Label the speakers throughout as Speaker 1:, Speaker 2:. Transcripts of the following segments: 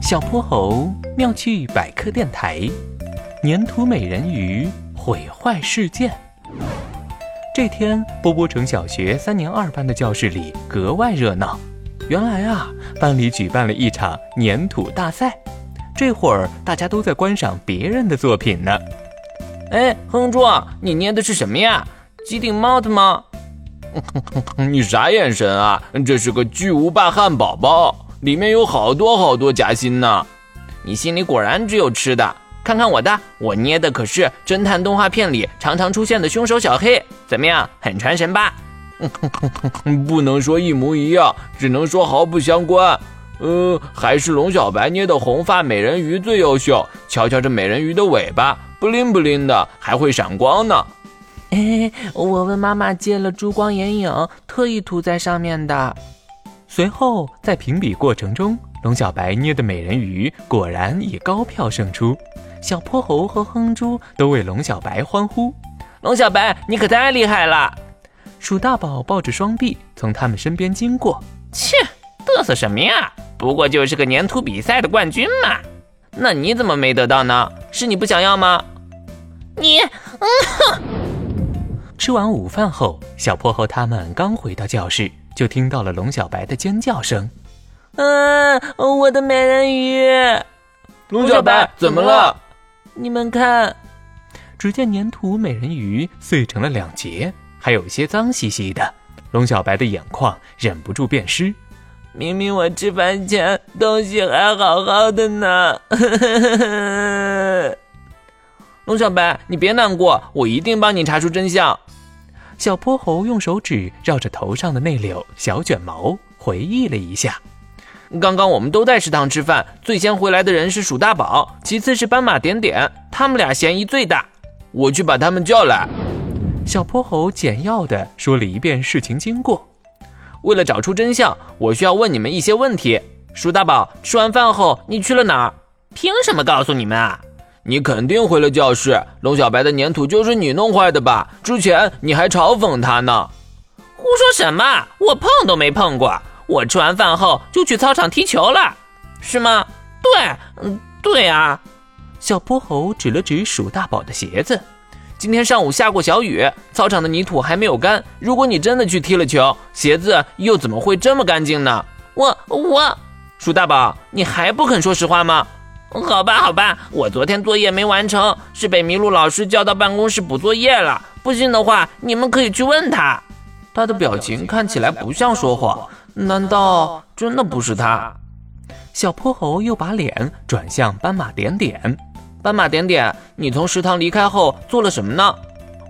Speaker 1: 小泼猴妙趣百科电台，粘土美人鱼毁坏事件。这天，波波城小学三年二班的教室里格外热闹。原来啊，班里举办了一场粘土大赛，这会儿大家都在观赏别人的作品呢。
Speaker 2: 哎，哼猪，你捏的是什么呀？机顶帽的吗？
Speaker 3: 你啥眼神啊？这是个巨无霸汉堡包，里面有好多好多夹心呢。
Speaker 2: 你心里果然只有吃的。看看我的，我捏的可是侦探动画片里常常出现的凶手小黑，怎么样？很传神吧？
Speaker 3: 不能说一模一样，只能说毫不相关。呃，还是龙小白捏的红发美人鱼最优秀。瞧瞧这美人鱼的尾巴，不灵不灵的，还会闪光呢。
Speaker 2: 哎，我问妈妈借了珠光眼影，特意涂在上面的。
Speaker 1: 随后，在评比过程中，龙小白捏的美人鱼果然以高票胜出，小泼猴和哼猪都为龙小白欢呼：“
Speaker 2: 龙小白，你可太厉害了！”
Speaker 1: 鼠大宝抱着双臂从他们身边经过，
Speaker 2: 切，嘚瑟什么呀？不过就是个粘土比赛的冠军嘛。那你怎么没得到呢？是你不想要吗？
Speaker 4: 你，嗯哼。
Speaker 1: 吃完午饭后，小泼猴他们刚回到教室，就听到了龙小白的尖叫声：“
Speaker 2: 啊，我的美人鱼！”
Speaker 3: 龙小白怎么了？
Speaker 2: 你们看，
Speaker 1: 只见粘土美人鱼碎成了两截，还有些脏兮兮的。龙小白的眼眶忍不住变湿。
Speaker 2: 明明我吃饭前东西还好好的 呢。龙小白，你别难过，我一定帮你查出真相。
Speaker 1: 小泼猴用手指绕着头上的那绺小卷毛，回忆了一下。
Speaker 2: 刚刚我们都在食堂吃饭，最先回来的人是鼠大宝，其次是斑马点点，他们俩嫌疑最大。
Speaker 3: 我去把他们叫来。
Speaker 1: 小泼猴简要的说了一遍事情经过。
Speaker 2: 为了找出真相，我需要问你们一些问题。鼠大宝，吃完饭后你去了哪儿？凭什么告诉你们啊？
Speaker 3: 你肯定回了教室，龙小白的粘土就是你弄坏的吧？之前你还嘲讽他呢。
Speaker 2: 胡说什么？我碰都没碰过。我吃完饭后就去操场踢球了，是吗？对，嗯，对啊。
Speaker 1: 小泼猴指了指鼠大宝的鞋子。
Speaker 2: 今天上午下过小雨，操场的泥土还没有干。如果你真的去踢了球，鞋子又怎么会这么干净呢？
Speaker 4: 我我，
Speaker 2: 鼠大宝，你还不肯说实话吗？嗯好吧，好吧，我昨天作业没完成，是被麋鹿老师叫到办公室补作业了。不信的话，你们可以去问他。他的表情看起来不像说谎，难道真的不是他？
Speaker 1: 小泼猴又把脸转向斑马点点。
Speaker 2: 斑马点点，你从食堂离开后做了什么呢？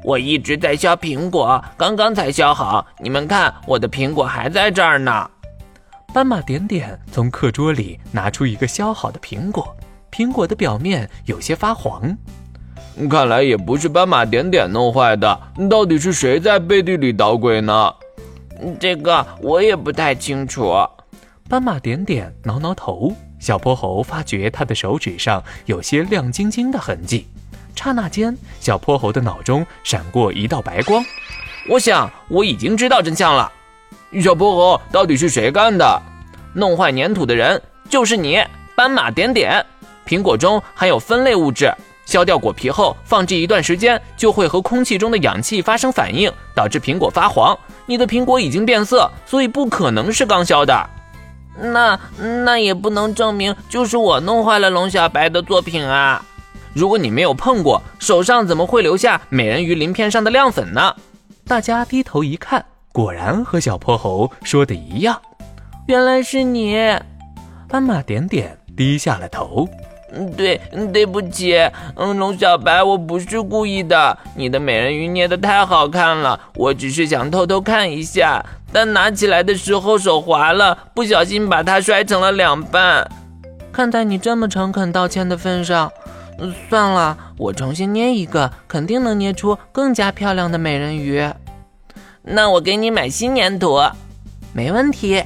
Speaker 2: 我一直在削苹果，刚刚才削好。你们看，我的苹果还在这儿呢。
Speaker 1: 斑马点点从课桌里拿出一个削好的苹果。苹果的表面有些发黄，
Speaker 3: 看来也不是斑马点点弄坏的，到底是谁在背地里捣鬼呢？
Speaker 2: 这个我也不太清楚。
Speaker 1: 斑马点点挠挠头，小泼猴发觉他的手指上有些亮晶晶的痕迹。刹那间，小泼猴的脑中闪过一道白光，
Speaker 2: 我想我已经知道真相了。
Speaker 3: 小泼猴，到底是谁干的？
Speaker 2: 弄坏粘土的人就是你，斑马点点。苹果中含有酚类物质，削掉果皮后放置一段时间，就会和空气中的氧气发生反应，导致苹果发黄。你的苹果已经变色，所以不可能是刚削的。
Speaker 4: 那那也不能证明就是我弄坏了龙小白的作品啊！
Speaker 2: 如果你没有碰过，手上怎么会留下美人鱼鳞片上的亮粉呢？
Speaker 1: 大家低头一看，果然和小泼猴说的一样，
Speaker 4: 原来是你。
Speaker 1: 斑马点点低下了头。
Speaker 2: 嗯，对，对不起，嗯，龙小白，我不是故意的。你的美人鱼捏的太好看了，我只是想偷偷看一下，但拿起来的时候手滑了，不小心把它摔成了两半。
Speaker 4: 看在你这么诚恳道歉的份上，嗯，算了，我重新捏一个，肯定能捏出更加漂亮的美人鱼。
Speaker 2: 那我给你买新粘土，
Speaker 4: 没问题。